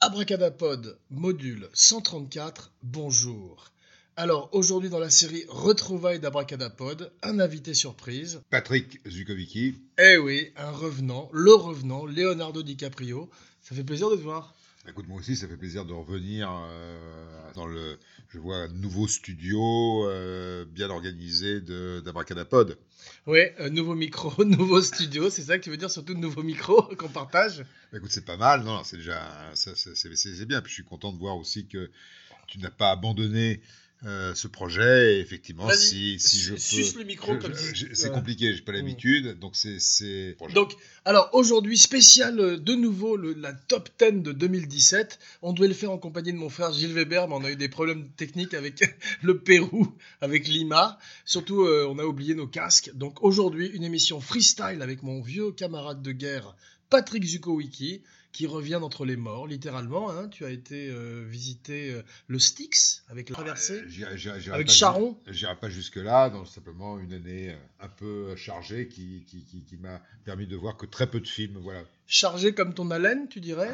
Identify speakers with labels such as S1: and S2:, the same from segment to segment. S1: Abracadapod, module 134, bonjour. Alors aujourd'hui dans la série Retrouvailles d'Abracadapod, un invité surprise.
S2: Patrick Zukovicki.
S1: Eh oui, un revenant, le revenant, Leonardo DiCaprio. Ça fait plaisir de te voir.
S2: Écoute, moi aussi, ça fait plaisir de revenir euh, dans le, je vois, un nouveau studio euh, bien organisé de- d'Abracadapod.
S1: Oui, euh, nouveau micro, nouveau studio, c'est ça que tu veux dire, surtout nouveau micro qu'on partage
S2: Écoute, c'est pas mal, non, non, c'est déjà, ça, ça, c'est c'est- c'est bien. Puis je suis content de voir aussi que tu n'as pas abandonné euh, ce projet. Et effectivement,
S1: Vas-y,
S2: si, si je peux,
S1: suce le micro
S2: je-
S1: comme
S2: je-
S1: si-
S2: je- c'est
S1: voilà.
S2: compliqué, j'ai pas l'habitude, donc c'est, c'est.
S1: Donc, alors aujourd'hui, spécial euh, de nouveau le- la top 10 de 2017. On devait le faire en compagnie de mon frère Gilles Weber, mais on a eu des problèmes techniques avec le Pérou, avec Lima. Surtout, euh, on a oublié nos casques. Donc aujourd'hui, une émission freestyle avec mon vieux camarade de guerre, Patrick Zukowicki, qui revient d'entre les morts, littéralement. hein. Tu as été euh, visiter euh, le Styx avec la traversée,
S2: Euh, j'irai- j'irai- j'irai
S1: avec
S2: pas-
S1: Charon.
S2: J'irai pas jusque-là, dans simplement une année euh, un peu chargée qui, qui, qui, qui m'a permis de voir que très peu de films. Voilà.
S1: Chargé comme ton haleine, tu dirais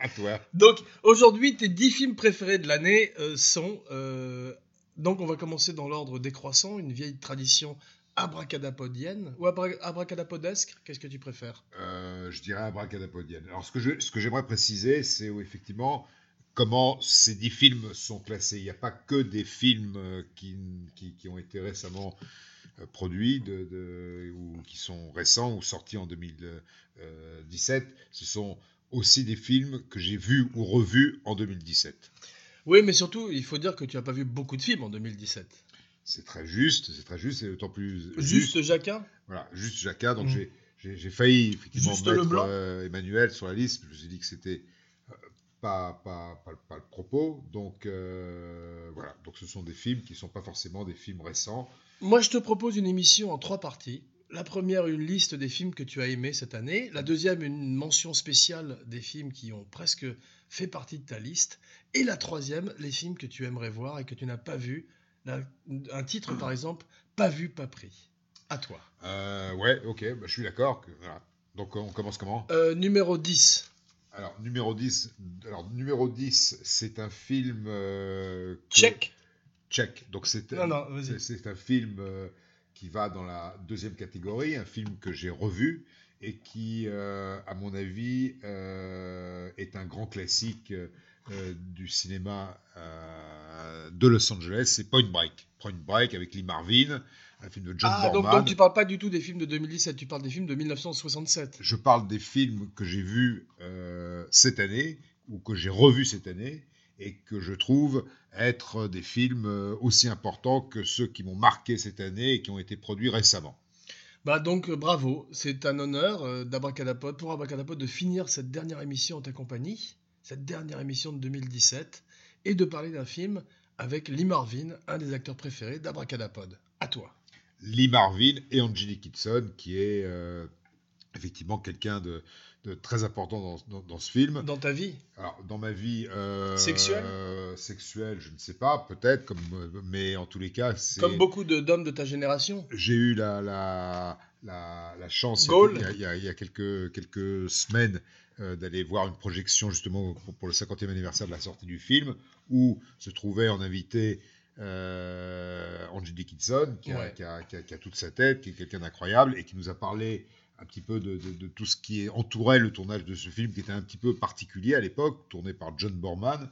S2: À toi.
S1: Donc aujourd'hui, tes 10 films préférés de l'année euh, sont. euh, donc on va commencer dans l'ordre décroissant, une vieille tradition abracadapodienne ou abra- abracadapodesque. Qu'est-ce que tu préfères
S2: Euh, je dirais abracadapodienne. Alors, ce que, je, ce que j'aimerais préciser, c'est euh, effectivement comment ces dix films sont classés. Il n'y a pas que des films euh, qui, qui, qui ont été récemment euh, produits de, de- ou qui sont récents ou sortis en 2017. Ce sont aussi des films que j'ai vus ou revus en 2017.
S1: Oui, mais surtout, il faut dire que tu n'as pas vu beaucoup de films en 2017.
S2: C'est très juste, c'est très juste, et d'autant plus
S1: Juste Jacquin
S2: Voilà, juste Jacquard. Donc
S1: Mm.
S2: j'ai- j'ai j'ai failli effectivement
S1: Juste
S2: mettre
S1: Leblanc.
S2: euh, Emmanuel sur la liste. Je me suis dit que c'était euh, pas, pas, pas, pas le propos. Donc euh, voilà, donc ce sont des films qui ne sont pas forcément des films récents.
S1: Moi, je te propose une émission en trois parties. La première, une liste des films que tu as aimés cette année. La deuxième, une mention spéciale des films qui ont presque fait partie de ta liste. Et la troisième, les films que tu aimerais voir et que tu n'as pas vu. La- un titre, par exemple, Pas vu, pas pris. À toi.
S2: Euh, ouais, ok, bah, je suis d'accord. que- Voilà. Donc on commence comment
S1: Euh, numéro 10.
S2: Alors numéro 10, alors, numéro 10 c'est un film... euh, que-
S1: Check.
S2: Tchèque. Donc c'est
S1: Non, non, vas-y.
S2: c'est- c'est un film euh, qui va dans la deuxième catégorie, un film que j'ai revu et qui, euh, à mon avis, euh, est un grand classique euh, du cinéma euh, de Los Angeles. C'est Point Break. Point Break avec Lee Marvin, un film de John
S1: Ah, donc,
S2: Borman.
S1: donc tu parles pas du tout des films de 2017, tu parles des films de 1967.
S2: Je parle des films que j'ai vus euh, cette année ou que j'ai revus cette année et que je trouve être des films euh, aussi importants que ceux qui m'ont marqué cette année et qui ont été produits récemment.
S1: Bah donc euh, bravo, c'est un honneur euh, d'Abracadapod pour Abracadapod de finir cette dernière émission en ta compagnie, cette dernière émission de 2017, et de parler d'un film avec Lee Marvin, un des acteurs préférés d'Abracadapod. À toi.
S2: Lee Marvin et Angelique Kidson, qui est euh, effectivement quelqu'un de, de très important dans, dans- dans ce film.
S1: Dans ta vie
S2: Alors, dans ma vie euh,
S1: Sexuelle
S2: euh, sexuelle, je ne sais pas, peut-être, comme, euh, mais en tous les cas, c'est...
S1: Comme beaucoup de- d'hommes de ta génération
S2: j'ai eu la, la, la, la chance
S1: Gaulle.
S2: il y a, il y a- il y a quelques, quelques semaines euh, d'aller voir une projection justement pour, pour le 50e anniversaire de la sortie du film où se trouvait en invité euh, Angie Dickinson qui a,
S1: Ouais.
S2: qui a- qui a- qui a toute sa tête, qui est quelqu'un d'incroyable et qui nous a parlé un petit peu de, de- de tout ce qui est- entourait le tournage de ce film qui était un petit peu particulier à l'époque, tourné par John Borman.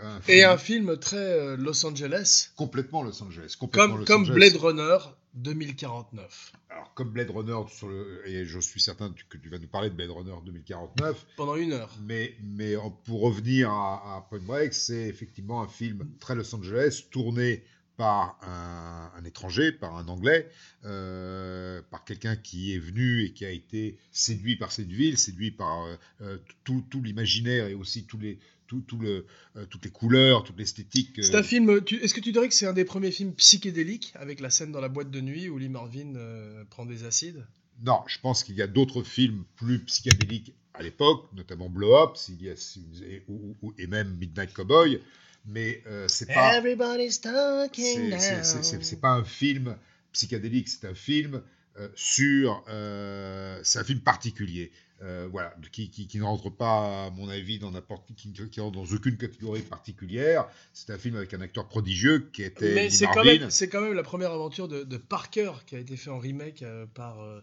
S2: Un
S1: Et
S2: film
S1: un film très euh, Los Angeles,
S2: complètement Los Angeles. Complètement
S1: comme,
S2: Los
S1: comme
S2: Angeles.
S1: Blade Runner 2049.
S2: Alors, comme Blade Runner, sur le, et je suis certain tu- que tu vas nous parler de Blade Runner 2049,
S1: Pendant une heure.
S2: mais, mais en- pour revenir à, à Point Break, c'est effectivement un film très Los Angeles, tourné par un, un étranger, par un Anglais, euh, par quelqu'un qui est venu et qui a été séduit par cette ville, séduit par euh, euh, tout, tout l'imaginaire et aussi tous les, tout, tout le, euh, toutes les couleurs, toute l'esthétique.
S1: C'est
S2: euh,
S1: un film, tu- est-ce que tu dirais que c'est un des premiers films psychédéliques, avec la scène dans la boîte de nuit où Lee Marvin euh, prend des acides
S2: Non, je pense qu'il y a d'autres films plus psychédéliques à l'époque, notamment Blow Up s'il y a- s'il- et, ou- ou- et même Midnight Cowboy, mais euh, c'est pas
S1: Everybody's talking
S2: c'est- c'est- c'est- c'est- c'est pas un film psychédélique, c'est un film euh, sur euh, c'est un film particulier. euh, voilà, qui, qui, qui, ne rentre pas, à mon avis, dans n'importe qui, qui rentre dans aucune catégorie particulière. C'est un film avec un acteur prodigieux qui était.
S1: Mais c'est quand, même, c'est quand même la première aventure de, de, Parker qui a été fait en remake euh, par. Euh,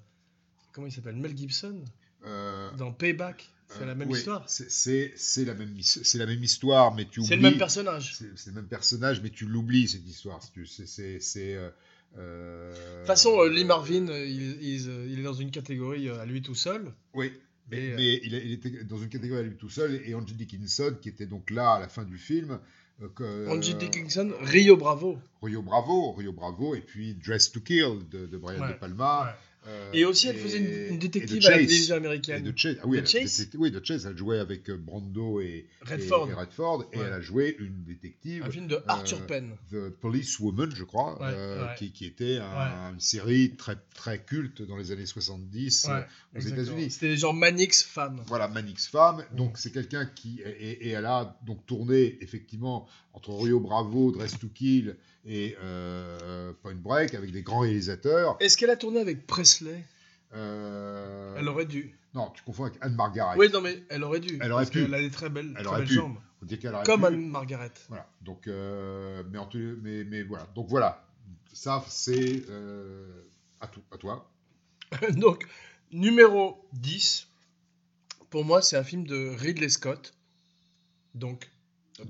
S1: comment il s'appelle Mel Gibson Dans Payback. C'est la même oui, histoire.
S2: Euh, C'est, la même, c'est la même histoire, mais tu oublies.
S1: C'est le même personnage.
S2: C'est, le même personnage, mais tu l'oublies, cette histoire. C'est. c'est,
S1: euh... De toute façon, Lee Marvin, euh, il, il, il, est dans une catégorie euh, à lui tout seul.
S2: Oui, mais, euh... mais il, a, il, était dans une catégorie à lui tout seul. Et Angie Dickinson, qui était donc là à la fin du film.
S1: Euh, Angie Dickinson, Rio Bravo.
S2: Rio Bravo, Rio Bravo, et puis Dress to Kill de, de Brian ouais, De Palma. euh,
S1: Ouais. et aussi, elle et, faisait une, une détective à la télévision américaine.
S2: Et de Chase. Ah, oui, de elle, Chase. Était, oui, de Chase. Elle jouait avec euh, Brando et
S1: Redford.
S2: Et, et Redford, ouais. elle a joué une détective.
S1: Un film de Arthur euh, Penn.
S2: The Police Woman, je crois, ouais, euh, ouais. Qui, qui, était un, une série très, très culte dans les années 70 euh, aux États-Unis.
S1: C'était genre Manix Femme.
S2: Voilà, Manix Femme.
S1: Mm.
S2: Donc, c'est quelqu'un qui. Et, elle a donc tourné, effectivement, entre Rio Bravo, Dress to Kill et euh, Point Break avec des grands réalisateurs.
S1: Est-ce qu'elle a tourné avec Presley euh... Elle aurait dû.
S2: Non, tu confonds avec Anne Margaret.
S1: Oui, non, mais elle aurait dû.
S2: Elle aurait parce
S1: qu'elle a des très belles,
S2: elle
S1: très belles jambes.
S2: On dit qu'elle aurait
S1: Comme
S2: pu.
S1: Anne Margaret.
S2: Voilà. Donc, euh, mais, en, mais, mais, voilà. Donc voilà. Ça, c'est euh, à, tout, à toi.
S1: Donc, numéro 10, pour moi, c'est un film de Ridley Scott. Donc,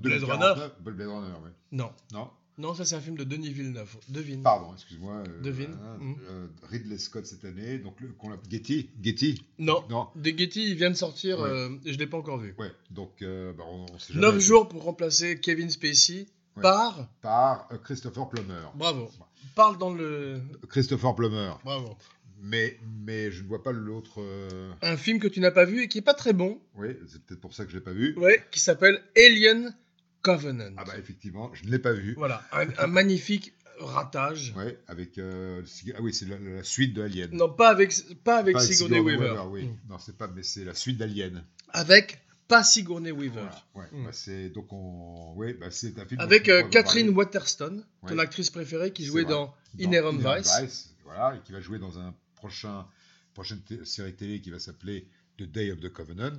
S1: Blade Runner.
S2: Blade Runner, oui.
S1: Non.
S2: Non.
S1: Non, ça c'est un film de Denis Villeneuve. Devine.
S2: Pardon, excuse-moi. Euh,
S1: Devine. Mm.
S2: Euh, mmh. euh, Ridley Scott cette année, donc qu'on l'a. Getty. Getty.
S1: Non. Non. De Getty, il vient de sortir. Ouais. et je l'ai pas encore vu.
S2: Ouais. Donc, bah, on, on sait
S1: 9 jamais... jours pour remplacer Kevin Spacey ouais. par.
S2: Par euh, Christopher Plummer.
S1: Bravo. Parle dans le.
S2: Christopher Plummer.
S1: Bravo.
S2: Mais, mais je ne vois pas l'autre. euh,
S1: Un film que tu n'as pas vu et qui est pas très bon.
S2: Oui, c'est peut-être pour ça que je l'ai pas vu.
S1: Oui, qui s'appelle Alien Covenant.
S2: Ah bah effectivement, je ne l'ai pas vu.
S1: Voilà, un, un magnifique ratage.
S2: Ouais, avec euh, ah oui, c'est la, la, suite de Alien.
S1: Non, pas avec pas avec pas Sigourney, Sigourney Weaver. Mm. Weaver
S2: oui. Mmh. Non, c'est pas mais c'est la suite d'Alien.
S1: Avec pas Sigourney Weaver. Mm.
S2: Voilà, ouais, mmh. bah c'est donc on ouais, bah c'est un film
S1: avec euh, Catherine Waterston, ouais. ton actrice préférée qui jouait dans, dans Inherent Vice. Vice.
S2: Voilà, et qui va jouer dans un prochain prochaine série télé qui va s'appeler The Day of the Covenant.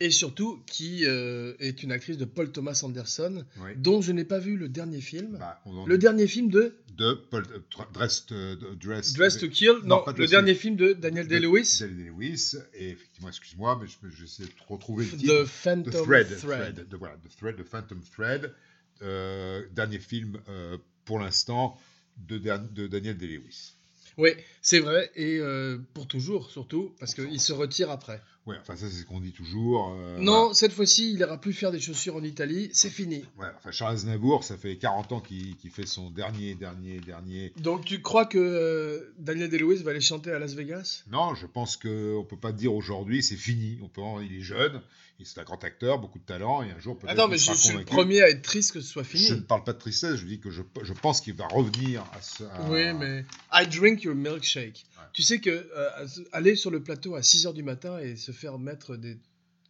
S1: Et surtout, qui euh, est une actrice de Paul Thomas Anderson, oui. dont je n'ai pas vu le dernier film. Bah, le dit... dernier film de
S2: De Paul euh, Dressed, uh,
S1: Dressed... Dressed to Kill. Non, non pas le dernier film de Daniel Day-Lewis.
S2: Daniel Day-Lewis. Et effectivement, excuse-moi, mais j'essaie je, de retrouver le
S1: titre. The Phantom
S2: the Thread.
S1: Thread.
S2: Thread. The, voilà, The Thread, The Phantom Thread. Euh, dernier film, euh, pour l'instant, de, de Daniel Day-Lewis.
S1: Oui, c'est vrai, et euh, pour toujours surtout, parce qu'il se retire après.
S2: Oui, enfin ça c'est ce qu'on dit toujours.
S1: Euh, non, ouais. cette fois-ci, il n'ira plus faire des chaussures en Italie, c'est fini.
S2: Ouais, enfin Charles Aznavour, ça fait 40 ans qu'il qu fait son dernier, dernier, dernier.
S1: Donc tu crois que euh, Daniel Day-Lewis va aller chanter à Las Vegas
S2: Non, je pense qu'on ne peut pas dire aujourd'hui c'est fini. On peut, il est jeune, c'est un grand acteur, beaucoup de talent, et un jour peut-être.
S1: Attends, Ah mais je, suis le premier à être triste que ce soit fini.
S2: Je ne parle pas de tristesse, je dis que je, je pense qu'il va revenir à ça. À...
S1: Oui, mais I drink your milkshake. Ah. Ouais. Tu sais que euh, aller sur le plateau à 6 h du matin et se faire mettre des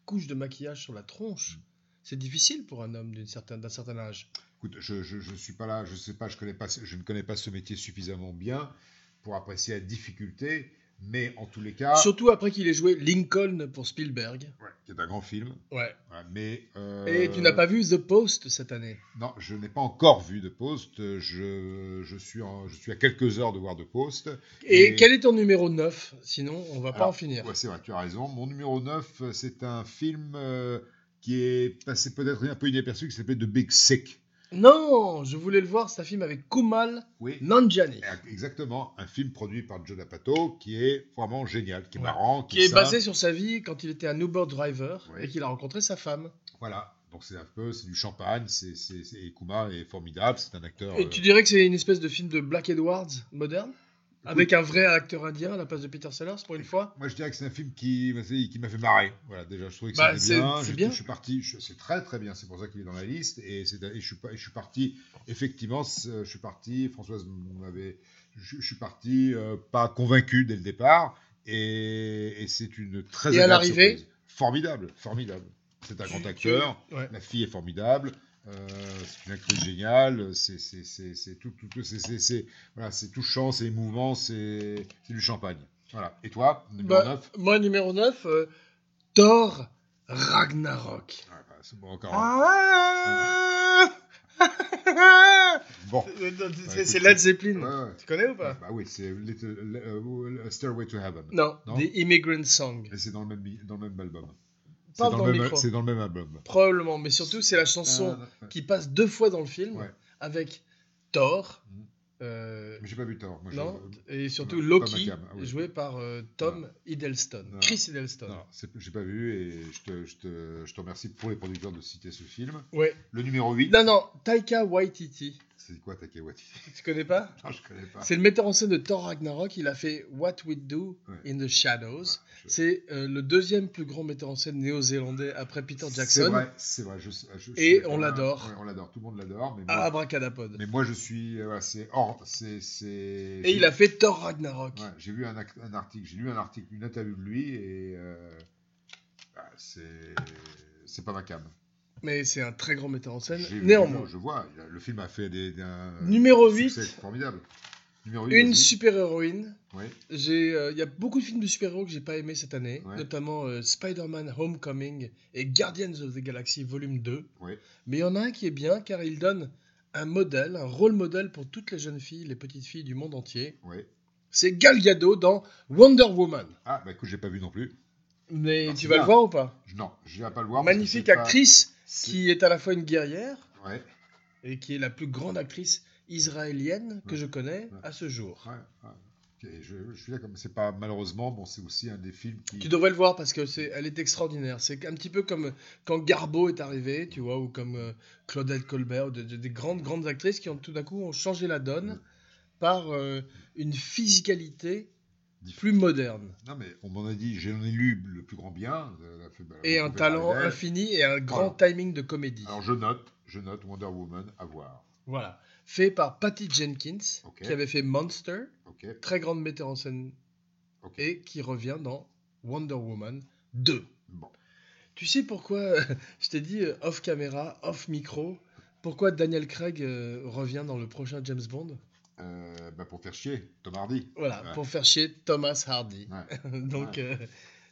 S1: couches de maquillage sur la tronche, c'est difficile pour un homme d'un certain, certain âge.
S2: Écoute, je, je, je, suis pas là, je sais pas, je connais pas, je ne connais pas ce métier suffisamment bien pour apprécier la difficulté. Mais en tous les cas.
S1: Surtout après qu'il ait joué Lincoln pour Spielberg.
S2: Ouais, qui est un grand film.
S1: Ouais.
S2: Voilà, mais. Euh...
S1: Et tu n'as pas vu The Post cette année
S2: Non, je n'ai pas encore vu The Post. Je, je, suis, en... je suis à quelques heures de voir The Post.
S1: Et, et... quel est ton numéro 9 Sinon, on va Alors, pas en finir.
S2: Ouais, c'est vrai, tu as raison. Mon numéro 9, c'est un film euh, qui est passé peut-être un peu inaperçu qui s'appelait The Big Sick.
S1: Non, je voulais le voir, c'est un film avec Kumal
S2: oui,
S1: Nanjiani.
S2: Exactement, un film produit par Joe D'Apato qui est vraiment génial, qui est ouais. marrant.
S1: Qui, est, est basé sur sa vie quand il était un Uber driver oui. et qu'il a rencontré sa femme.
S2: Voilà, donc c'est un peu, c'est du champagne, c'est, et Kuma est formidable, c'est un acteur...
S1: Et tu dirais que c'est une espèce de film de Black Edwards moderne avec un vrai acteur indien à la place de Peter Sellers pour une fois.
S2: Moi je dirais que c'est un film qui, qui m'a fait marrer. Voilà, déjà je trouvais que bah, c'était bien.
S1: bien.
S2: Je, suis parti, c'est très très bien. C'est pour ça qu'il est dans la liste et, et je, suis, je suis parti. Effectivement, je suis parti. Françoise m'avait, je, je, suis parti euh, pas convaincu dès le départ et, et c'est une très
S1: et à l'arrivée
S2: formidable, formidable. C'est un grand acteur.
S1: Ouais.
S2: La fille est formidable. Euh, c'est une actrice géniale, c'est tout, tout, tout c'est voilà, touchant, c'est émouvant, c'est du champagne. Voilà. Et toi, numéro
S1: bah,
S2: 9
S1: Moi, numéro 9, euh, Thor Ragnarok.
S2: Ah, bah, c'est bon, encore.
S1: Ah
S2: Bon.
S1: c'est c'est Led
S2: Ouais,
S1: Zeppelin.
S2: ouais.
S1: Tu connais ou pas
S2: Bah oui, c'est Little- euh, euh, Stairway to Heaven.
S1: Non,
S2: Non.
S1: des Immigrant Song.
S2: Mais c'est dans le même, dans le même album. C'est
S1: Mm. Parle dans
S2: dans
S1: le
S2: le même,
S1: micro.
S2: c'est dans le même album.
S1: Probablement, mais surtout c'est la chanson
S2: Ah,
S1: qui passe deux fois dans le film
S2: Ouais.
S1: avec Thor
S2: Mhm.
S1: euh,
S2: mais j'ai pas vu tort. Moi, je-
S1: non, et surtout
S2: Tom
S1: Loki
S2: McCann, ah oui.
S1: joué par euh, Tom Hiddleston,
S2: Non.
S1: Chris Hiddleston.
S2: Non, c'est- j'ai pas vu et je te, je, te, je te remercie pour les producteurs de citer ce film.
S1: Ouais.
S2: Le numéro 8,
S1: Non non, Taika Waititi.
S2: c'est quoi Takewati
S1: Tu connais pas
S2: Non, je connais pas.
S1: C'est le metteur en scène de Thor Ragnarok. Il a fait What We Do
S2: Ouais. Ah,
S1: in the Shadows.
S2: Je-
S1: C'est euh, le deuxième plus grand metteur en scène néo-zélandais après Peter
S2: C'est
S1: Jackson
S2: vrai, c'est vrai. Je, je- je-
S1: Et
S2: je-
S1: on l'adore. Ah,
S2: Ouais, on l'adore, tout le monde l'adore. Mais,
S1: à
S2: moi-
S1: Abracadapod.
S2: mais moi, je suis. euh, voilà, c'est hors. c'est- c'est-
S1: Et
S2: j'ai-
S1: il a fait Thor Ragnarok.
S2: ouais, J'ai vu un, act- un article, j'ai lu un article, une interview de lui et. euh, bah, c'est. C'est pas ma cam.
S1: Mais c'est un très grand metteur en scène.
S2: J'ai vu-
S1: Néanmoins,
S2: Je, je vois, il a- le film a fait des. d'un-
S1: Numéro
S2: un succès
S1: 8.
S2: Formidable. Numéro 8.
S1: une
S2: vas-y.
S1: super-héroïne.
S2: Ouais.
S1: J'ai, euh, Il y a beaucoup de films de super-héros que j'ai pas aimé cette année,
S2: Ouais.
S1: notamment euh, Spider-Man Homecoming et Guardians of the Galaxy Volume 2.
S2: Ouais.
S1: Mais il y en a un qui est bien car il donne un modèle, un rôle modèle pour toutes les jeunes filles, les petites filles du monde entier.
S2: ouais.
S1: C'est Gal Gadot dans Wonder Woman.
S2: Ah, bah écoute, j'ai pas vu non plus.
S1: Mais
S2: Ah,
S1: tu
S2: c'est
S1: vas
S2: bien.
S1: le voir ou pas
S2: Je- Non, je vais pas le voir. parce que
S1: Magnifique
S2: c'est pas-
S1: actrice
S2: c'est-
S1: qui est à la fois une guerrière
S2: Ouais,
S1: et qui est la plus grande actrice israélienne que
S2: Ouais.
S1: je connais
S2: Ouais.
S1: à ce jour.
S2: ouais, ouais. Ok, je, je suis là comme c'est pas malheureusement, bon, c'est aussi un des films qui.
S1: Tu devrais le voir parce que c'est, elle est extraordinaire. C'est un petit peu comme euh, quand Garbo est arrivé, tu vois, ou comme euh, Claudette Colbert, ou de- de- des grandes grandes actrices qui ont tout d'un coup ont changé la donne par euh, une physicalité plus moderne
S2: Non, mais on m'en a dit, j'en ai lu le plus grand bien. euh, la- bah,
S1: et
S2: la-
S1: un
S2: la-
S1: talent
S2: la-
S1: infini et un grand timing de comédie.
S2: Alors je note, je note Wonder Woman à voir.
S1: Voilà, fait par Patty Jenkins
S2: Ok.
S1: qui avait fait Monster.
S2: Ok,
S1: très grande metteur en scène
S2: ok.
S1: et qui revient dans Wonder Woman 2.
S2: Bon.
S1: Tu sais pourquoi, je t'ai dit euh, off caméra, off micro, pourquoi Daniel Craig euh, revient dans le prochain James Bond
S2: Euh, bah, pour faire chier, Tom Hardy.
S1: Voilà,
S2: Ouais.
S1: pour faire chier Thomas Hardy.
S2: Ouais,
S1: Donc euh,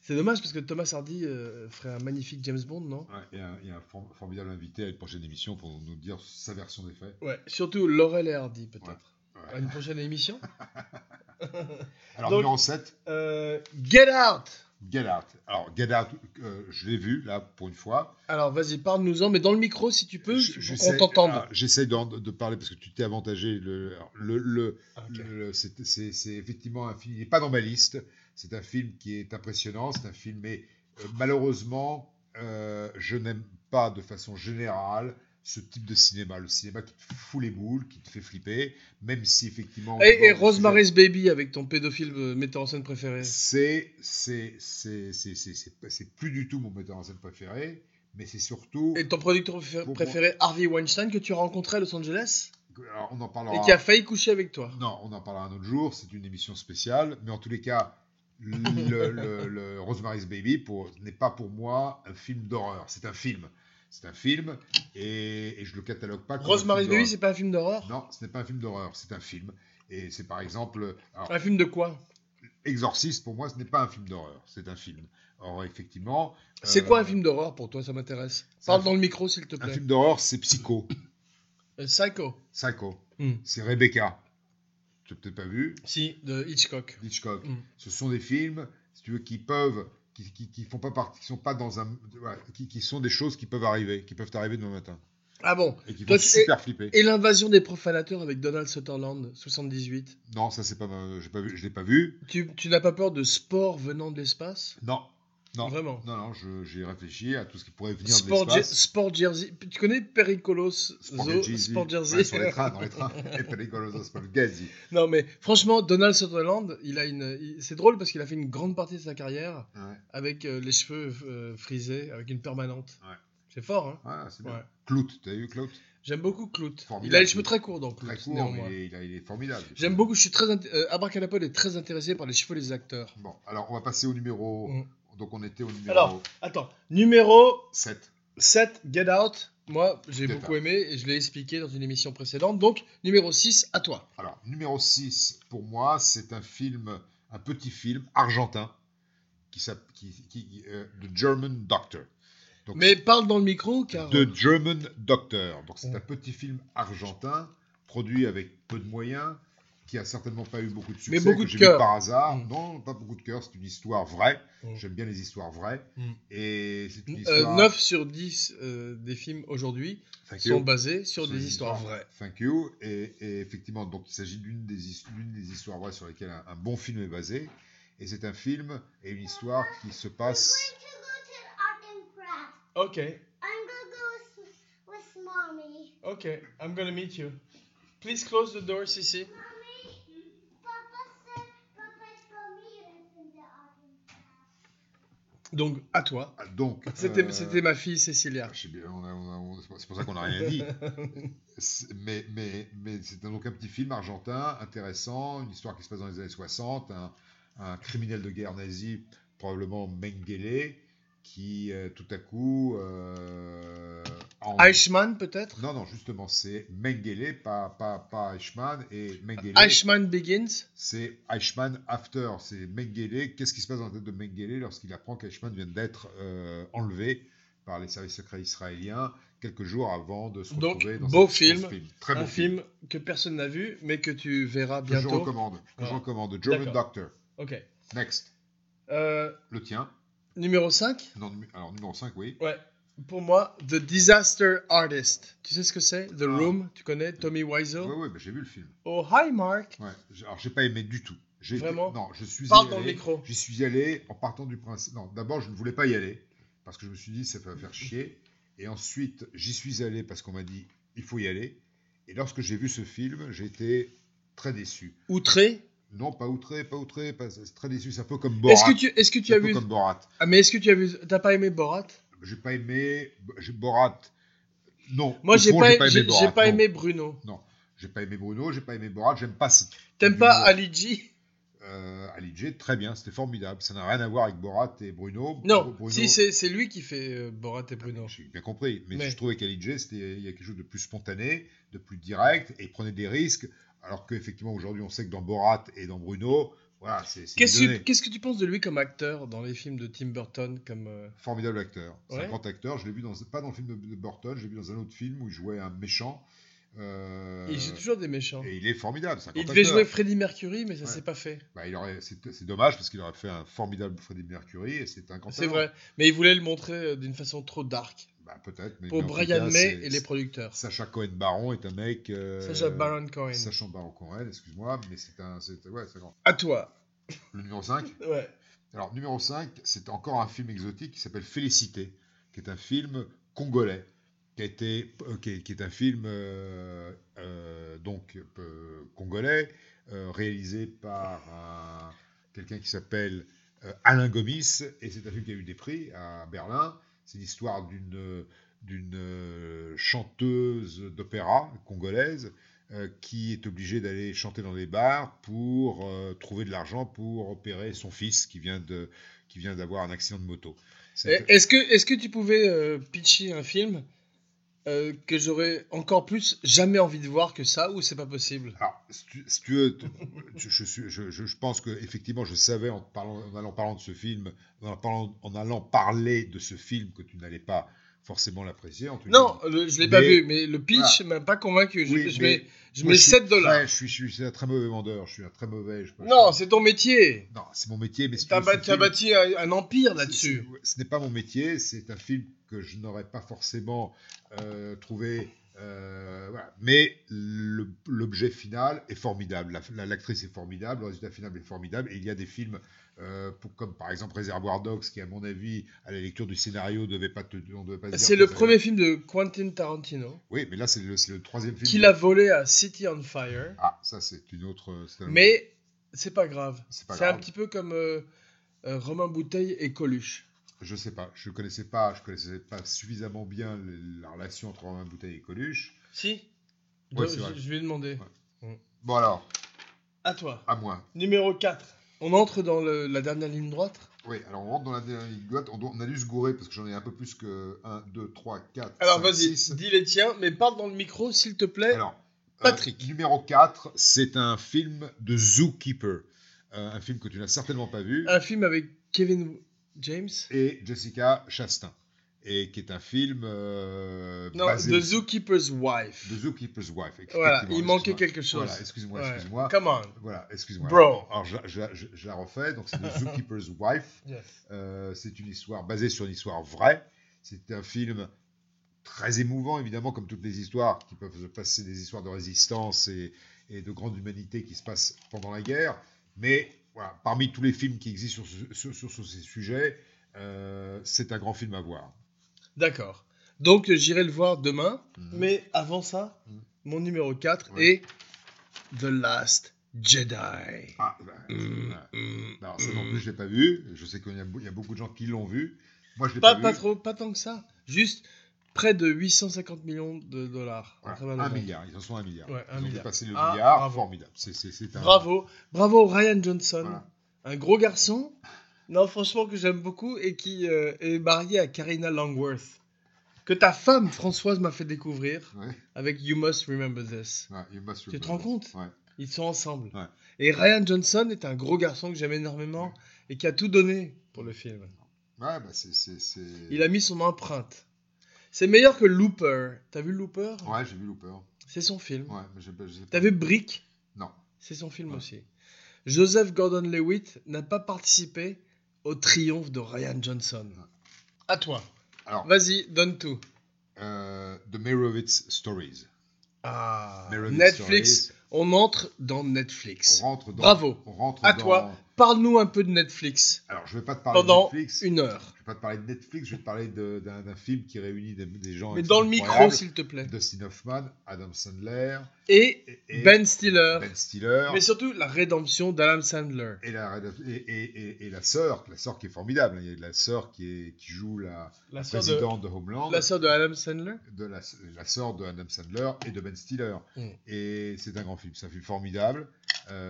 S1: c'est dommage parce que Thomas Hardy euh, ferait un magnifique James Bond, non
S2: ouais, et un, et un for- formidable invité à une prochaine émission pour nous dire sa version des faits.
S1: Ouais, surtout Laurel et Hardy peut-être.
S2: Ouais.
S1: À une prochaine émission
S2: Alors
S1: Donc-
S2: numéro 7,
S1: Euh, Get Out
S2: Get Out. Alors Get Out, euh, je l'ai vu là pour une fois.
S1: Alors vas-y, parle-nous-en, mais dans le micro si tu peux,
S2: Je-
S1: pour
S2: j'essaie-
S1: qu'on t'entende.
S2: ah, J'essaie d'en- de, parler parce que tu t'es avantagé. Le, le, le-
S1: Ah, ok.
S2: le- le- c'est c'est- c'est effectivement un film. Il n'est pas dans ma liste. C'est un film qui est impressionnant. C'est un film, mais euh, malheureusement, euh, je n'aime pas de façon générale ce type de cinéma. Le cinéma qui te fout les boules, qui te fait flipper, même si effectivement.
S1: Et, et
S2: dans le sujet-
S1: Rosemary's Baby avec ton pédophile euh, metteur en scène préféré.
S2: c'est c'est c'est c'est c'est- c'est pas- c'est plus du tout mon metteur en scène préféré, mais c'est surtout.
S1: Et ton producteur préfé-
S2: Bon,
S1: préféré, Harvey Weinstein, que tu as rencontré à Los Angeles
S2: Alors, on en parlera.
S1: et qui a failli coucher avec toi.
S2: Non, on en parlera un autre jour, c'est une émission spéciale, mais en tous les cas, le, le- le Rosemary's Baby pour- n'est pas pour moi un film d'horreur, c'est un film. C'est un film, et, et je le catalogue pas comme un
S1: Rosemary's
S2: film
S1: Baby, c'est pas un film
S2: d'horreur.
S1: d'horreur
S2: Non, ce n'est pas un film d'horreur, c'est un film. Et c'est par exemple... alors,
S1: Un film de quoi
S2: Euh, Exorciste, pour moi, ce n'est pas un film d'horreur, c'est un film. Or, effectivement...
S1: C'est
S2: euh,
S1: quoi un film d'horreur pour toi Ça m'intéresse.
S2: c'est
S1: Parle
S2: un-
S1: dans le micro, s'il te
S2: Un
S1: plaît.
S2: film d'horreur, c'est Psycho.
S1: Euh, Psycho.
S2: Psycho.
S1: Hmm.
S2: C'est Rebecca. Tu l'as peut-être pas vu
S1: Si, de Hitchcock.
S2: Hitchcock.
S1: Mm.
S2: Ce sont des films, si tu veux, qui peuvent, qui, qui, qui font pas partie, qui sont pas dans un, voilà, qui, qui sont des choses qui peuvent arriver, qui peuvent arriver demain matin
S1: Ah bon
S2: et qui
S1: Toi,
S2: font
S1: tu-
S2: super flipper.
S1: Et l'invasion des profanateurs avec Donald Sutherland, 78.
S2: Non, ça c'est pas, ma- j'ai pas vu, je l'ai pas vu.
S1: Tu, tu n'as pas peur de sport venant de l'espace
S2: Non, non,
S1: Vraiment
S2: non, non, je- j'ai réfléchi à tout ce qui pourrait venir
S1: Sport,
S2: de
S1: Je-
S2: l'espace.
S1: sport Jersey. Tu connais Pericolos Zo,
S2: Jersey.
S1: Sport Jersey
S2: Ouais, sur les trains, dans les trains. Et Pericolos, Sport Jersey.
S1: Non, mais franchement, Donald Sutherland, il a une. il- C'est drôle parce qu'il a fait une grande partie de sa carrière
S2: Ouais,
S1: avec euh, les cheveux euh, frisés, avec une permanente.
S2: Ouais.
S1: C'est fort, hein
S2: ouais, c'est bien.
S1: Ouais.
S2: Clout, t'as vu Clout
S1: J'aime beaucoup Clout. Il
S2: Formidable.
S1: a les cheveux très courts dans Clout,
S2: Très court,
S1: néanmoins.
S2: mais il est, il a- il est formidable.
S1: J'aime beaucoup, je suis très. int- euh, Abracadapod est très intéressé par les cheveux des acteurs.
S2: Bon, alors on va passer au numéro.
S1: Mm.
S2: Donc on était au numéro
S1: Alors. Attends, numéro
S2: 7.
S1: 7, Get Out. Moi, j'ai
S2: Get
S1: beaucoup
S2: Out.
S1: aimé et je l'ai expliqué dans une émission précédente. Donc, numéro 6, à toi.
S2: Alors, numéro 6, pour moi, c'est un film, un petit film argentin qui, s'appelle euh, The German Doctor. Donc,
S1: Mais parle dans le micro, car. euh,
S2: The German Doctor. Donc c'est un petit film argentin produit avec peu de moyens, qui a certainement pas eu beaucoup de succès,
S1: Mais beaucoup
S2: que
S1: de
S2: j'ai vu
S1: cœur.
S2: par hasard.
S1: Mm.
S2: Non, pas beaucoup de cœur. C'est une histoire vraie.
S1: Mm.
S2: J'aime bien les histoires vraies.
S1: Mm.
S2: Et c'est une
S1: Euh,
S2: histoire.
S1: 9 sur 10 euh, des films aujourd'hui
S2: Thank you.
S1: sont basés sur
S2: Sur
S1: des
S2: des
S1: histoires
S2: histoires.
S1: vraies.
S2: Thank you. Et, et effectivement, donc il s'agit d'une des, his- d'une des histoires vraies sur lesquelles un, un bon film est basé. Et c'est un film et une histoire qui se passe.
S3: to go to art and
S1: Ok,
S3: craft. I'm gonna go with, with mommy.
S1: ok, I'm gonna meet you. Please close the door, Sissi.
S3: Mommy, Papa said Papa's gonna meet us in the art and craft.
S1: Donc, à toi.
S2: Ah, Donc.
S1: C'était
S2: euh,
S1: c'était ma fille Cécilia.
S2: je sais bien, on a- on a- on- c'est pour- c'est pour ça qu'on n'a rien dit. C'est- mais mais, mais c'est donc un petit film argentin, intéressant, une histoire qui se passe dans les années 60, un, un criminel de guerre nazi, probablement Mengele, qui euh, tout à coup... euh, a
S1: Ah,
S2: envie-
S1: Eichmann, peut-être
S2: Non, non, justement, c'est Mengele, pas, pas, pas Eichmann, et Mengele...
S1: Eichmann Begins
S2: C'est Eichmann After, c'est Mengele. Qu'est-ce qui se passe dans la tête de Mengele lorsqu'il apprend qu'Eichmann vient d'être euh, enlevé par les services secrets israéliens quelques jours avant de se
S1: Donc,
S2: retrouver dans
S1: beau
S2: dans
S1: film,
S2: Très beau
S1: un
S2: film,
S1: film que personne n'a vu, mais que tu verras
S2: que je
S1: bientôt.
S2: recommande. Que je
S1: Voilà.
S2: recommande. German
S1: D'accord.
S2: Doctor.
S1: Ok.
S2: Next.
S1: Euh,
S2: Le tien.
S1: numéro 5
S2: Non, numé- alors, numéro 5, oui.
S1: Ouais. Pour moi, The Disaster Artist. Tu sais ce que c'est The
S2: Ah.
S1: Room, tu connais Tommy
S2: Oui,
S1: Wiseau.
S2: oui, bah, j'ai vu le film.
S1: Oh, hi Mark
S2: Ouais. J'ai- Alors, j'ai pas aimé du tout. J'ai été-
S1: Vraiment
S2: Non, je suis
S1: Parle
S2: allé-
S1: dans le micro.
S2: J'y suis allé en partant du principe. Non, d'abord, je ne voulais pas y aller parce que je me suis dit ça va faire chier. Et ensuite, j'y suis allé parce qu'on m'a dit il faut y aller. Et lorsque j'ai vu ce film, j'ai été très déçu.
S1: Outré
S2: Non, pas outré, pas outré, pas très déçu. C'est un peu comme Borat.
S1: Est-ce que tu, est-ce que tu
S2: C'est
S1: as
S2: un peu
S1: vu.
S2: comme Borat.
S1: Ah, mais est-ce que tu as vu. T'as pas aimé Borat
S2: J'ai pas aimé j'ai- Borat. Non.
S1: Moi,
S2: au
S1: j'ai
S2: fond,
S1: pas, j'ai-
S2: Borat,
S1: j'ai pas
S2: non.
S1: aimé Bruno.
S2: J'ai pas aimé Bruno. J'ai pas aimé Borat. J'aime pas. ce-
S1: T'aimes
S2: du
S1: pas
S2: Borat.
S1: Ali G
S2: Euh, Ali G, très bien, c'était formidable. Ça n'a rien à voir avec Borat et Bruno.
S1: Non,
S2: Bruno-
S1: si, c'est c'est lui qui fait euh, Borat et Bruno.
S2: Ah J'ai bien compris, mais,
S1: Mais-
S2: je trouvais qu'Alidje, c'était il y a quelque chose de plus spontané, de plus direct, et il prenait des risques, alors qu'effectivement, aujourd'hui, on sait que dans Borat et dans Bruno, voilà, c'est c'est
S1: Qu'est-ce
S2: donné.
S1: que- qu'est-ce que tu penses de lui comme acteur dans les films de Tim Burton comme euh,
S2: Formidable acteur. C'est
S1: Ouais.
S2: un grand acteur. Je l'ai vu dans, pas dans le film de, de Burton, je l'ai vu dans un autre film où il jouait un méchant. euh,
S1: Il joue toujours des méchants.
S2: et il est formidable. c'est un
S1: Il
S2: grand
S1: devait
S2: acteur.
S1: jouer Freddie Mercury, mais ça
S2: Ouais.
S1: s'est pas fait.
S2: Bah, il aurait- c'est c'est dommage parce qu'il aurait fait un formidable Freddie Mercury et c'est un grand
S1: C'est
S2: talent.
S1: vrai. Mais il voulait le montrer euh, d'une façon trop dark
S2: Bah, Peut-être. mais-
S1: pour
S2: mais en tout
S1: Brian
S2: cas,
S1: May
S2: c'est-
S1: et les producteurs.
S2: Sacha Cohen Baron est un mec. euh,
S1: Sacha Baron Cohen.
S2: Sachant Baron Cohen, excuse-moi, mais c'est un. c'est- Ouais, c'est grand.
S1: À toi.
S2: Le numéro 5.
S1: Ouais.
S2: Alors, numéro 5, c'est encore un film exotique qui s'appelle Félicité, qui est un film congolais, qui, a été, euh, qui, est, qui est un film euh, euh, donc euh, congolais, euh, réalisé par un- quelqu'un qui s'appelle euh, Alain Gomis, et c'est un film qui a eu des prix à Berlin. C'est l'histoire d'une d'une euh, chanteuse d'opéra congolaise euh, qui est obligée d'aller chanter dans des bars pour euh, trouver de l'argent pour opérer son fils qui vient de qui vient d'avoir un accident de moto. C'est-
S1: Et- Est-ce que, est que tu pouvais euh, pitcher un film euh, que j'aurais encore plus jamais envie de voir que ça, ou c'est pas possible
S2: Alors, si tu, si tu veux, tu- tu- je, suis- je, je- je pense que effectivement, je savais en, parlant, en allant parlant de ce film, en allant, parlant- en allant parler de ce film que tu n'allais pas forcément l'apprécier. en tout cas.
S1: Non, le- je l'ai pas
S2: Mais-
S1: vu, mais le pitch m'a pas convaincu. Je,
S2: Oui,
S1: je
S2: mais
S1: mets, je
S2: Moi,
S1: mets
S2: suis
S1: 7 dollars.
S2: très- je suis, je suis- je suis un très mauvais vendeur. Je suis un très mauvais. je- je-
S1: Non, c'est ton métier.
S2: non, c'est mon métier. Mais si tu
S1: T'as
S2: veux,
S1: ba-
S2: ce
S1: t'as
S2: film-
S1: bâti un, un empire là-dessus.
S2: C'est- c'est- Ce n'est pas mon métier, c'est un film que je n'aurais pas forcément euh, trouvé. euh, voilà. Mais le- l'objet final est formidable. La- la- L'actrice est formidable, le résultat final est formidable. Et il y a des films euh, pour- comme par exemple Réservoir Dogs, qui, à mon avis, à la lecture du scénario, devait pas te, on devait pas se dire
S1: C'est
S2: que
S1: le
S2: ça-
S1: premier film de Quentin Tarantino
S2: Oui, mais là, c'est le, c'est le troisième film.
S1: qu'il a volé à City on Fire,
S2: Ah, ça, c'est une autre. c'est un-
S1: mais c'est pas grave.
S2: c'est pas
S1: Ah, C'est un
S2: grave.
S1: petit peu comme euh, euh, Romain Bouteille et Coluche.
S2: Je sais pas. Je connaissais pas. Je connaissais pas suffisamment bien le- la relation entre Romain Bouteille et Coluche.
S1: Si
S2: Ouais,
S1: Je-
S2: c'est vrai.
S1: je, je lui ai demandé.
S2: Ouais. Bon alors,
S1: À toi.
S2: à moi.
S1: Numéro 4. On entre dans le- la dernière ligne droite
S2: Oui, alors on rentre dans la dernière ligne droite. On, doit- on a dû se gourer parce que j'en ai un peu plus que 1, 2, 3, 4.
S1: Alors vas-y, dis les tiens, mais parle dans le micro s'il te plaît.
S2: Alors,
S1: Patrick.
S2: euh, numéro 4, c'est un film de Zookeeper. Euh, un film que tu n'as certainement pas vu.
S1: un film avec Kevin James
S2: et Jessica Chastain, et qui est un film euh,
S1: Non,
S2: basé
S1: The Zookeeper's Wife.
S2: The Zookeeper's Wife.
S1: Voilà,
S2: effectivement,
S1: il manquait
S2: excuse-moi.
S1: quelque chose.
S2: Voilà, excuse-moi,
S1: Ouais.
S2: excuse-moi.
S1: Come on.
S2: Voilà, excuse-moi.
S1: Bro.
S2: Alors, alors, je, je- je- je la refais. Donc, c'est The Zookeeper's Wife.
S1: Yes.
S2: Euh, c'est une histoire basée sur une histoire vraie. C'est un film très émouvant, évidemment, comme toutes les histoires qui peuvent se passer, des histoires de résistance et, et de grande humanité qui se passent pendant la guerre. Mais voilà, parmi tous les films qui existent sur, ce- sur- sur- sur ces sujets, euh, c'est un grand film à voir.
S1: D'accord. Donc euh, j'irai le voir demain.
S2: Mhm.
S1: Mais avant ça,
S2: Mhm.
S1: mon numéro 4
S2: Ouais.
S1: est The Last Jedi.
S2: Ah, bah,
S1: Mhm,
S2: voilà.
S1: mhm,
S2: Alors, ça non
S1: mhm.
S2: plus, je ne l'ai pas vu. Je sais qu'il y, a beau- il y a beaucoup de gens qui l'ont vu. Moi, je ne l'ai
S1: Pas,
S2: pas,
S1: pas
S2: vu.
S1: trop, pas tant que ça. Juste près de 850 millions de dollars.
S2: Voilà,
S1: Très mal
S2: un
S1: au monde.
S2: milliard, ils en sont à un milliard.
S1: Ouais, un
S2: ils ont
S1: milliard.
S2: dépassé le
S1: Ah,
S2: milliard,
S1: bravo.
S2: formidable. C'est, c'est, c'est un...
S1: Bravo. Bravo Ryan Johnson.
S2: Voilà.
S1: Un gros garçon. Non, franchement, que j'aime beaucoup et qui euh, est marié à Karina Longworth. Que ta femme, Françoise, m'a fait découvrir
S2: Ouais,
S1: avec You Must Remember This.
S2: ouais, il m'a surpris.
S1: Tu te rends compte
S2: Ouais.
S1: Ils sont ensemble.
S2: Ouais.
S1: Et Ryan Johnson est un gros garçon que j'aime énormément
S2: Ouais.
S1: et qui a tout donné pour le film.
S2: Ouais, bah c'est, c'est, c'est...
S1: Il a mis son empreinte. C'est meilleur que Looper. T'as vu Looper
S2: Ouais, j'ai vu Looper.
S1: C'est son film.
S2: Ouais, mais j'ai pas... j'ai
S1: T'as
S2: pas-
S1: vu Brick
S2: Non.
S1: C'est son film
S2: Ouais.
S1: aussi. Joseph Gordon-Lewitt n'a pas participé au triomphe de Ryan Johnson.
S2: Ouais.
S1: À toi.
S2: Alors,
S1: Vas-y, donne tout.
S2: euh, The Meyerowitz Stories.
S1: Ah,
S2: Meyerowitz
S1: Netflix.
S2: Stories,
S1: On entre dans
S2: on
S1: Netflix.
S2: rentre dans...
S1: Bravo.
S2: On rentre
S1: À
S2: dans-
S1: toi. Parle-nous un peu de Netflix
S2: Alors, je vais pas te parler
S1: Pendant
S2: de Netflix.
S1: une heure.
S2: Je vais pas te parler de Netflix, je vais te parler de- d'un, d'un film qui réunit des, des gens...
S1: Mais dans le micro,
S2: incroyables.
S1: s'il te plaît.
S2: Dustin Hoffman, Adam Sandler
S1: Et
S2: et, et
S1: Ben Stiller.
S2: Ben Stiller.
S1: Mais surtout, la rédemption d'Adam Sandler.
S2: Et la, et, et- et- et la sœur, la sœur qui est formidable. hein. Il y a de la sœur qui, est, qui joue la
S1: La sœur de,
S2: présidente de, Homeland,
S1: la sœur de Adam Sandler.
S2: de la, la sœur de Adam Sandler et de Ben Stiller.
S1: Mm.
S2: Et c'est un grand film, c'est un film formidable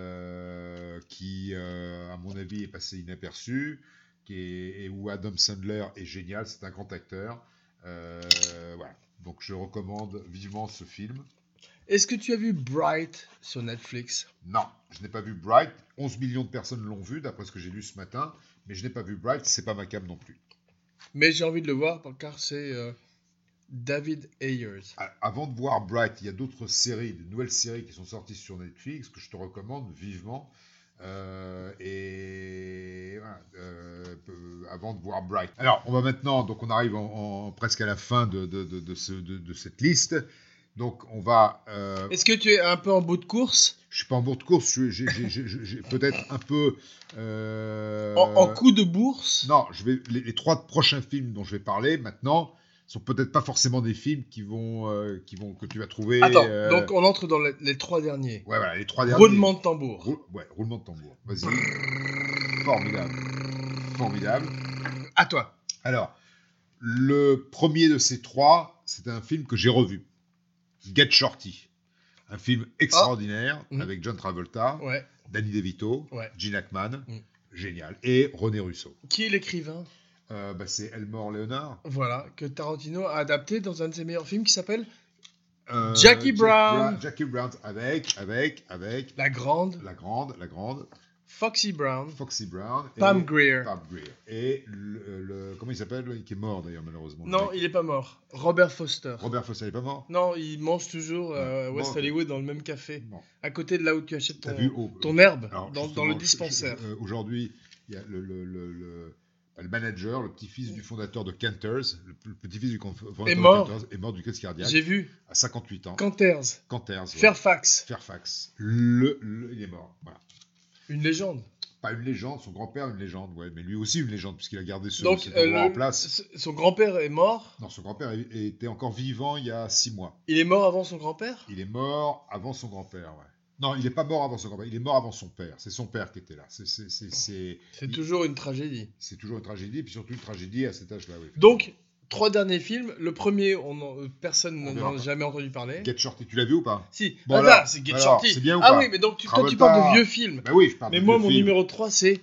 S2: euh, qui, euh, à mon avis, est passé inaperçu, qui est, et où Adam Sandler est génial, c'est un grand acteur. Euh, voilà. Donc je recommande vivement ce film.
S1: Est-ce que tu as vu Bright sur Netflix
S2: Non, je n'ai pas vu Bright. 11 millions de personnes l'ont vu, d'après ce que j'ai lu ce matin, mais je n'ai pas vu Bright, c'est pas ma cam non plus.
S1: Mais j'ai envie de le voir par- car c'est euh, David Ayers.
S2: A- Avant de voir Bright, il y a d'autres séries, de nouvelles séries qui sont sorties sur Netflix que je te recommande vivement. Euh, et voilà, euh, peu- avant de voir Bright. Alors, on va maintenant, donc on arrive en, en- presque à la fin de, de- de- de ce- de- de cette liste. Donc, on va. euh,
S1: Est-ce que tu es un peu en bout de course
S2: je suis pas en bourre de course, je- j'ai- j'ai j'ai- j'ai- j'ai peut-être un peu. euh,
S1: en, en coup de bourse
S2: Non, je vais, les, les trois prochains films dont je vais parler maintenant sont peut-être pas forcément des films qui vont, euh, qui vont, que tu vas trouver.
S1: Attends,
S2: euh,
S1: donc on entre dans les, les trois derniers.
S2: Ouais, voilà, les trois derniers.
S1: Roulement de tambour.
S2: Rou- ouais, roulement de tambour. Vas-y. Formidable. Formidable.
S1: À toi.
S2: Alors, le premier de ces trois, c'est un film que j'ai revu. Get Shorty. Un film extraordinaire
S1: Mhm.
S2: avec John Travolta,
S1: Ah. Ouais.
S2: Danny DeVito,
S1: Ouais.
S2: Gene Hackman.
S1: Mhm.
S2: Génial. Et René Russo.
S1: Qui est l'écrivain
S2: Euh, bah, c'est Elmore Leonard.
S1: Voilà, que Tarantino a adapté dans un de ses meilleurs films qui s'appelle
S2: Euh,
S1: Jackie
S2: Jack
S1: Brown.
S2: Jackie Brown avec, avec, avec
S1: La Grande,
S2: la grande, la grande
S1: Foxy Brown,
S2: Foxy Brown. et
S1: Pam Greer.
S2: Pam Grier. Et le, le- comment il s'appelle Qui est mort d'ailleurs malheureusement. le
S1: Non,
S2: mec.
S1: il est pas mort. Robert Foster.
S2: Robert Foster n'est pas mort.
S1: Non, il mange toujours euh, à
S2: Ouais.
S1: West
S2: Bon,
S1: Hollywood dans le même café,
S2: Bon,
S1: à côté de là où tu achètes
S2: t'as
S1: ton,
S2: vu au-
S1: ton herbe,
S2: Alors,
S1: Euh, dans, dans
S2: justement,
S1: le
S2: je- je-
S1: dispensaire.
S2: euh, Aujourd'hui, il y a le, le, le, le- le manager, le petit-fils du fondateur de Canters, le, le petit-fils du con- fondateur
S1: Est mort.
S2: de Canters, est mort du crise cardiaque
S1: J'ai vu
S2: à 58 ans.
S1: Canters,
S2: Canters, ouais.
S1: Fairfax,
S2: Fairfax. Le, le- il est mort. Voilà.
S1: une légende.
S2: Pas une légende, son grand-père une légende, ouais, mais lui aussi une légende, puisqu'il a gardé ce,
S1: Donc,
S2: cet
S1: euh,
S2: endroit
S1: le-
S2: en place.
S1: s- son grand-père est mort.
S2: Non, son grand-père est- était encore vivant il y a six mois.
S1: Il est mort avant son grand-père
S2: Il est mort avant son grand-père, ouais. Non, il n'est pas mort avant son grand-père, il est mort avant son père. C'est son père qui était là. C'est- c'est- C'est c'est-
S1: C'est
S2: Il-
S1: toujours une tragédie.
S2: c'est toujours une tragédie, puis surtout une tragédie à cet âge-là, oui.
S1: Donc, trois derniers films. Le premier, on en- euh, personne
S2: On
S1: n'en
S2: verra
S1: a
S2: pas.
S1: jamais entendu parler.
S2: Get Shorty, tu l'as vu ou pas
S1: Si,
S2: Bon,
S1: ah,
S2: alors,
S1: ça, c'est Get
S2: alors,
S1: Shorty.
S2: c'est bien ou
S1: ah
S2: pas
S1: oui, mais donc tu, toi, tu
S2: Travolta.
S1: parles de vieux films.
S2: Bah oui, je parle
S1: Mais
S2: de
S1: moi,
S2: vieux
S1: mon
S2: films.
S1: numéro 3, c'est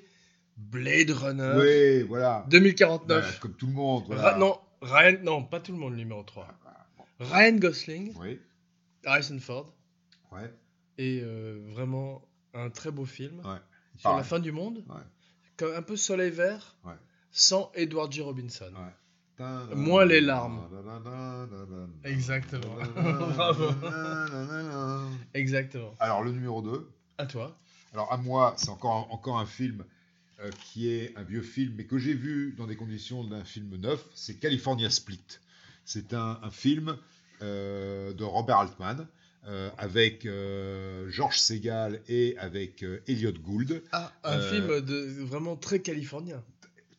S1: Blade Runner
S2: Oui, voilà. Bah,
S1: 2049.
S2: comme tout le monde, voilà.
S1: Ra- non, Ryan, non, pas tout le monde, le numéro 3.
S2: Ah, bah, bon.
S1: Ryan Gosling,
S2: Oui,
S1: Harrison Ford,
S2: ouais.
S1: et euh, vraiment un très beau film
S2: Ouais.
S1: sur la
S2: Pareil.
S1: fin du monde,
S2: Ouais.
S1: comme un peu soleil vert,
S2: Ouais.
S1: sans Edward G. Robinson.
S2: Ouais. Tadadadada,
S1: Moins les larmes.
S2: tadadadada,
S1: Exactement.
S2: tadadadada,
S1: Bravo.
S2: tadadadada.
S1: Exactement.
S2: Alors, le numéro 2.
S1: À toi.
S2: Alors, à moi, c'est encore, encore un film euh, qui est un vieux film, mais que j'ai vu dans des conditions d'un film neuf. C'est California Split. C'est un, un film euh, de Robert Altman euh, avec euh, George Segal et avec euh, Elliot Gould,
S1: Ah, un
S2: Euh,
S1: film de, vraiment très californien.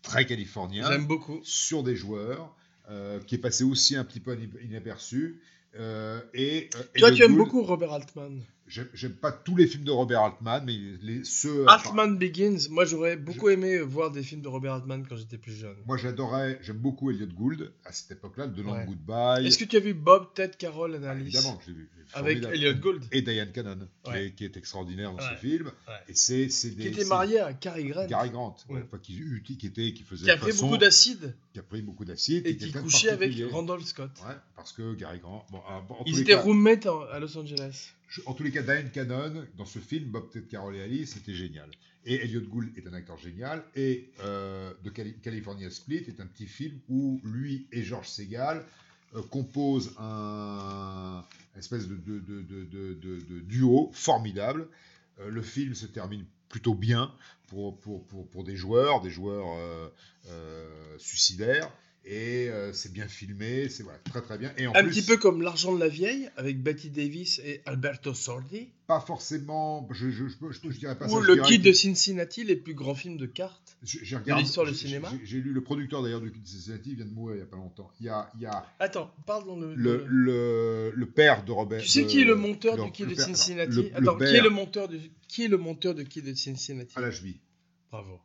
S2: très californien.
S1: J'aime beaucoup.
S2: sur des joueurs, euh, qui est passé aussi un petit peu inap- inaperçu. Euh, et, euh,
S1: Toi,
S2: Elliot
S1: tu aimes
S2: Gould-
S1: beaucoup Robert Altman.
S2: J'aime j'aime pas tous les films de Robert Altman, mais les, ceux.
S1: Altman Begins. Moi, j'aurais beaucoup aimé voir des films de Robert Altman quand j'étais plus jeune.
S2: Moi, j'adorais, j'aime beaucoup Elliot Gould à cette époque-là, de Long
S1: Ouais.
S2: Goodbye.
S1: Est-ce que tu as vu Bob, Ted, Carol,
S2: Ah,
S1: Annalise
S2: Évidemment que je l'ai vu. Il est
S1: Avec
S2: formidable.
S1: Elliot Gould,
S2: Et Diane Cannon, qui
S1: Ouais.
S2: est- qui, est extraordinaire dans
S1: Ouais.
S2: ce film.
S1: Ouais.
S2: Et c'est, c'est des,
S1: qui était
S2: c'est
S1: marié à Cary Grant,
S2: Cary Grant, ouais,
S1: Ouais.
S2: enfin, qui, eut- qui était, qui faisait
S1: qui a
S2: de
S1: pris
S2: façon-
S1: beaucoup d'acide
S2: qui a pris beaucoup d'acide,
S1: et
S2: était
S1: qui
S2: quelqu'un de
S1: couchait avec
S2: particulier.
S1: Randolph Scott.
S2: Ouais, parce que Gary Grant. Bon, ah, bon, en, tous
S1: Ils
S2: les
S1: étaient
S2: cas,
S1: roommates en- à Los Angeles.
S2: je- en tous les cas, Diane Cannon, dans ce film, Bob Ted Carol et Alice, c'était génial. Et Elliot Gould est un acteur génial. Et euh, The Cali- California Split est un petit film où lui et George Segal euh, composent un une espèce de, de- de- de- de- de- de duo formidable. Euh, le film se termine plutôt bien pour, pour, pour, pour des joueurs, des joueurs euh, euh, suicidaires. Et euh, c'est bien filmé, c'est voilà, très très bien. Et en
S1: Un
S2: plus-
S1: petit peu comme L'argent de la vieille avec Betty Davis et Alberto Sordi.
S2: pas forcément, je, je, je, je- je dirais pas Ah, ça.
S1: ou
S2: je
S1: Le
S2: dirais
S1: Kid
S2: que-
S1: de Cincinnati, les plus grands films de cartes.
S2: je- j'ai regardé-
S1: l'histoire du
S2: j'ai-
S1: cinéma.
S2: j'ai- J'ai lu le producteur d'ailleurs du Kid de Cincinnati, il vient de mourir il y a pas longtemps. Il y a, il y a
S1: Attends, parle dans le.
S2: le, le, le père de Robert.
S1: Tu sais qui est le monteur
S2: le-
S1: du Kid
S2: le
S1: de
S2: père-
S1: Cincinnati
S2: le- le
S1: Attends, qui est
S2: père.
S1: le monteur du qui est le monteur de Kid de Cincinnati
S2: À la cheville.
S1: Bravo.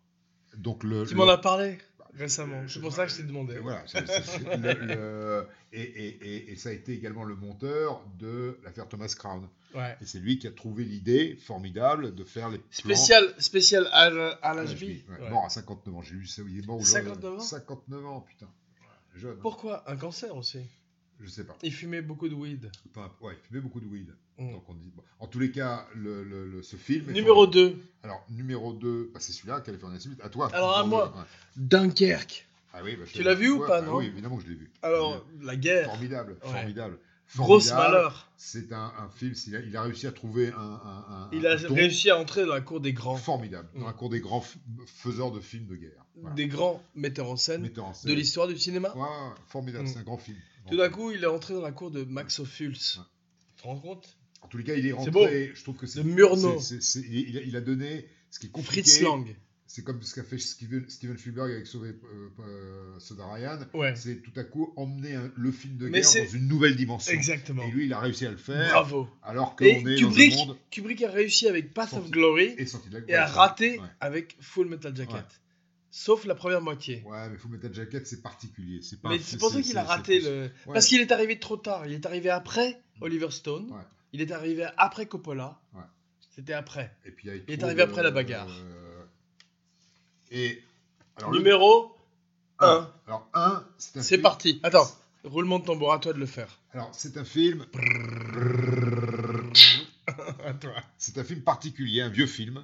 S2: Donc le.
S1: Tu
S2: le-
S1: m'en as parlé récemment. C'est pour ça que je t'ai demandé.
S2: Et voilà. c'est- c'est- c'est- le- le- et, et- et- et ça a été également le monteur de l'affaire Thomas Crown.
S1: Ouais.
S2: Et c'est lui qui a trouvé l'idée formidable de faire les plans
S1: Spécial spécial à la- à
S2: à la
S1: l'HB.
S2: cheville. Ouais,
S1: Ouais.
S2: Mort à 59 ans. J'ai lu ça. Il est mort aujourd'hui.
S1: 59 ans
S2: 59 ans, putain. Jeune. hein.
S1: Pourquoi un cancer aussi
S2: Je sais pas.
S1: Il fumait beaucoup de weed.
S2: Peu importe. ouais, il fumait beaucoup de weed.
S1: Mm.
S2: Donc on dit- bon. En tous les cas, le, le- le- ce film. est
S1: Numéro
S2: formidable.
S1: 2,
S2: Alors, numéro 2, c'est celui-là, California Smith. À toi.
S1: Alors, à
S2: numéro
S1: moi.
S2: deux, ouais.
S1: Dunkerque.
S2: Ah oui, bah, je
S1: Tu
S2: te-
S1: l'as vu ou
S2: ouais,
S1: pas,
S2: bah
S1: non
S2: Oui, évidemment que je l'ai vu.
S1: Alors, la guerre,
S2: Formidable,
S1: Ouais.
S2: formidable.
S1: grosse
S2: Formidable.
S1: malheur.
S2: C'est un, un film, il a, il a réussi à trouver un. un- un-
S1: Il
S2: un
S1: a
S2: ton
S1: réussi à entrer dans la cour des grands,
S2: Formidable, dans
S1: Mm.
S2: la cour des grands f- faiseurs de films de guerre. Voilà.
S1: des grands metteurs en scène
S2: Metteur en scène.
S1: de l'histoire du cinéma.
S2: Ouais, ouais, formidable,
S1: Mm.
S2: c'est un grand film.
S1: Tout d'un coup, il est entré dans la cour de Max Ophuls. Tu te rends compte
S2: En tous les cas, il est rentré.
S1: beau.
S2: Je trouve que c'est.
S1: De Murnau.
S2: c'est- c'est- c'est- il, a- il a donné ce qui est compliqué.
S1: Fritz Lang.
S2: C'est comme ce qu'a fait Steven, Steven Spielberg avec Sauver euh, euh, Soda Ryan.
S1: Ouais,
S2: C'est tout à coup emmener un- le film de
S1: Mais
S2: guerre
S1: c'est-
S2: dans une nouvelle dimension.
S1: exactement.
S2: Et lui, il a réussi à le faire.
S1: Bravo.
S2: Alors qu'on
S1: Et
S2: est
S1: Kubrick,
S2: dans un monde
S1: Kubrick a réussi avec Path of
S2: Sorti.
S1: Glory
S2: et sorti de la
S1: et a
S2: ouais,
S1: raté
S2: Ouais,
S1: avec Full Metal Jacket.
S2: Ouais.
S1: Sauf la première moitié.
S2: Ouais, mais Full Metal Jacket, c'est particulier. C'est pas.
S1: Mais c'est pour ça qu'il a raté
S2: c'est-
S1: le.
S2: Ouais. Mm.
S1: Parce qu'il est arrivé trop tard. Il est arrivé après Oliver Stone.
S2: Ouais.
S1: Il est arrivé après Coppola.
S2: Ouais.
S1: C'était après.
S2: Et puis, avec
S1: il est
S2: trop
S1: arrivé
S2: de-
S1: après la bagarre.
S2: euh, Et alors le- Ah.
S1: Numéro
S2: un.
S1: 1.
S2: Alors un, c'est un
S1: C'est
S2: film-
S1: parti. Attends, roulement de tambour, à toi de le faire.
S2: Alors c'est un film.
S1: à toi.
S2: C'est un film particulier, un vieux film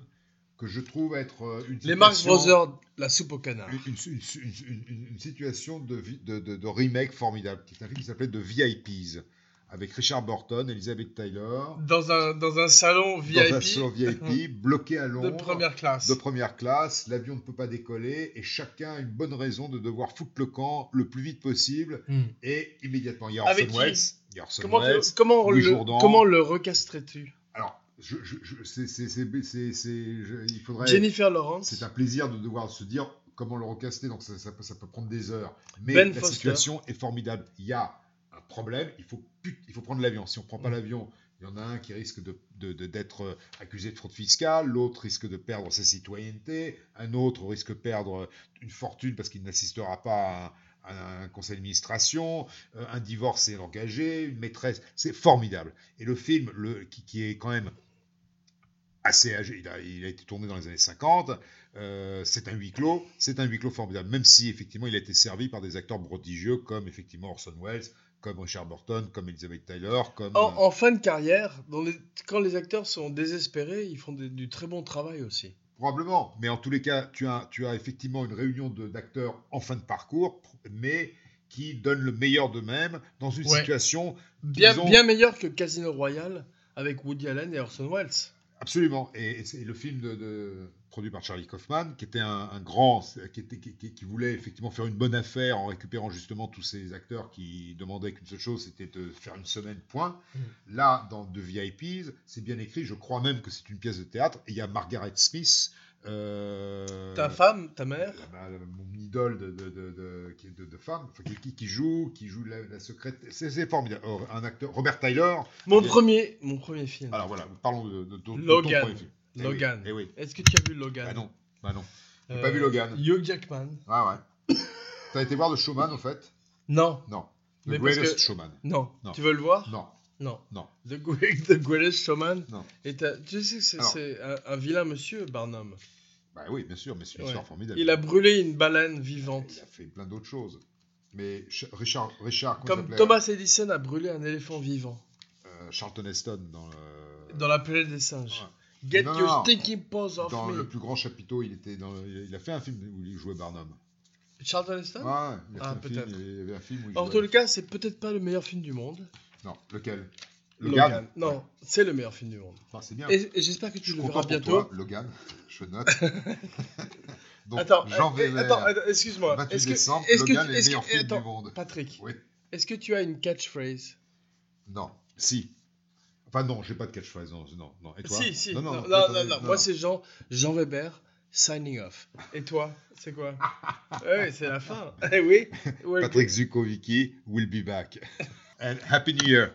S2: que je trouve être euh, une.
S1: Les Marx
S2: situation-
S1: Brothers, la soupe au canard.
S2: une, une- une- une- une- une situation de, vi- de- de- de remake formidable, qui est un film qui s'appelait The VIPs, avec Richard Burton, Elizabeth Taylor,
S1: Dans un, dans un salon
S2: dans un
S1: VIP
S2: salon VIP, bloqué à
S1: de
S2: Londres,
S1: première classe.
S2: de première classe, l'avion ne peut pas décoller, et chacun a une bonne raison de devoir foutre le camp le plus vite possible,
S1: Hmm.
S2: et immédiatement. Il y a
S1: Avec
S2: Orson
S1: qui
S2: Welles. il y a Orson
S1: Comment, tu-
S2: Welles.
S1: comment,
S2: Louis
S1: le,
S2: Jourdan.
S1: comment le recastrais-tu
S2: Alors, je, je- je- c'est- c'est- c'est- c'est- c'est- je- il faudrait...
S1: Jennifer Lawrence
S2: C'est un plaisir de devoir se dire comment le recaster, donc ça, ça peut, ça peut prendre des heures. Mais
S1: Ben
S2: la
S1: Foster.
S2: situation est formidable. Il y a un problème, il faut, put- il faut prendre l'avion. Si on ne prend pas
S1: Mm.
S2: l'avion, il y en a un qui risque d'être de, de- d'être, euh, accusé de fraude fiscale, l'autre risque de perdre sa citoyenneté, un autre risque de perdre une fortune parce qu'il n'assistera pas à un, à un conseil d'administration, euh, un divorce est engagé, une maîtresse. C'est formidable. Et le film, le, qui, qui est quand même assez âgé, il a, il a été tourné dans les années 50, euh, c'est un huis clos, c'est un huis clos formidable, même si effectivement il a été servi par des acteurs prodigieux comme effectivement Orson Welles, comme Richard Burton, comme Elizabeth Taylor, comme... euh,
S1: En, en fin de carrière, dans les- quand les acteurs sont désespérés, ils font des- du très bon travail aussi.
S2: euh, Probablement, mais en tous les cas, tu as, tu as effectivement une réunion de- d'acteurs en fin de parcours, mais qui donnent le meilleur d'eux-mêmes dans une
S1: Ouais.
S2: situation
S1: Bien,
S2: disons-
S1: bien meilleur que Casino Royale avec Woody Allen et Orson Welles.
S2: Absolument. Et, et c'est le film de, de- produit par Charlie Kaufman, qui était un, un grand, qui, était- qui- qui- qui voulait effectivement faire une bonne affaire en récupérant justement tous ces acteurs qui demandaient qu'une seule chose, c'était de faire une semaine point.
S1: Mm.
S2: Là, dans The VIPs, c'est bien écrit. Je crois même que c'est une pièce de théâtre. Et il y a Margaret Smith. euh,
S1: Ta femme, ta mère.
S2: la- la- la- mon idole de, de, de, de- qui est de- de femme, enfin, qui, qui- qui joue, qui joue la, la secrète. C'est c'est formidable. Or, un acteur, Robert Tyler.
S1: Mon
S2: Bien.
S1: premier, mon premier film.
S2: Alors voilà, parlons de, de- de ton- de ton
S1: Mm. Logan.
S2: premier film. Eh oui,
S1: Logan.
S2: eh oui.
S1: Est-ce que tu as vu Logan
S2: Ah non, bah non. J'ai
S1: Euh,
S2: pas vu Logan.
S1: Hugh Jackman.
S2: Ah ouais. T'as été voir The Showman, en fait
S1: Non,
S2: Non. The
S1: Mais parce
S2: Greatest
S1: que-
S2: Showman.
S1: non.
S2: Non.
S1: Tu veux le voir
S2: Non.
S1: Non.
S2: Non.
S1: The, Great, The Greatest Showman.
S2: Non.
S1: Et t'as- tu sais que c'est-
S2: Alors.
S1: c'est un, un vilain monsieur, Barnum.
S2: Bah oui, bien sûr, mais c'est une
S1: Ouais.
S2: histoire formidable.
S1: Il a brûlé une baleine
S2: Il
S1: vivante.
S2: a fait plein d'autres choses. Mais Ch- Richard, Richard comment il
S1: Comme
S2: s'appelait
S1: Thomas Edison a brûlé un éléphant vivant
S2: Euh, Charlton Heston dans le,
S1: dans la planète des singes.
S2: Euh, Ouais.
S1: Get
S2: Non,
S1: your
S2: non.
S1: stinking paws off
S2: dans
S1: me.
S2: le plus grand chapiteau. Il était dans, le- il a fait un film où il jouait Barnum.
S1: Charlton
S2: Ouais,
S1: Heston
S2: il a fait
S1: Ah,
S2: un film,
S1: peut-être.
S2: il y avait un film où il
S1: En
S2: jouait.
S1: tout cas, c'est peut-être pas le meilleur film du monde.
S2: Non, lequel
S1: Logan.
S2: Logan.
S1: Non, c'est le meilleur film du monde.
S2: Enfin, c'est bien.
S1: Et, et j'espère que tu
S2: Je suis
S1: le verras
S2: content pour
S1: bientôt.
S2: toi, Logan. Je note. Donc,
S1: attends,
S2: Jean
S1: euh,
S2: Weber,
S1: attends, attends, excuse-moi.
S2: 28
S1: Est-ce que,
S2: décembre,
S1: est-ce que,
S2: Logan
S1: tu-
S2: est le
S1: est-ce
S2: meilleur
S1: que-
S2: film
S1: attends,
S2: du monde.
S1: Patrick,
S2: Oui.
S1: est-ce que tu as une catchphrase
S2: Non. Si. Enfin, non, j'ai pas de catchphrase. Non, non, non. Et toi
S1: Si, si.
S2: Non, non,
S1: non,
S2: toi,
S1: non,
S2: t'as-
S1: non, Moi, c'est Jean, Jean Weber, signing off. Et toi, c'est quoi Oui, c'est la fin. Eh oui. Ouais,
S2: Patrick Zukovicki will be back. And Happy New Year.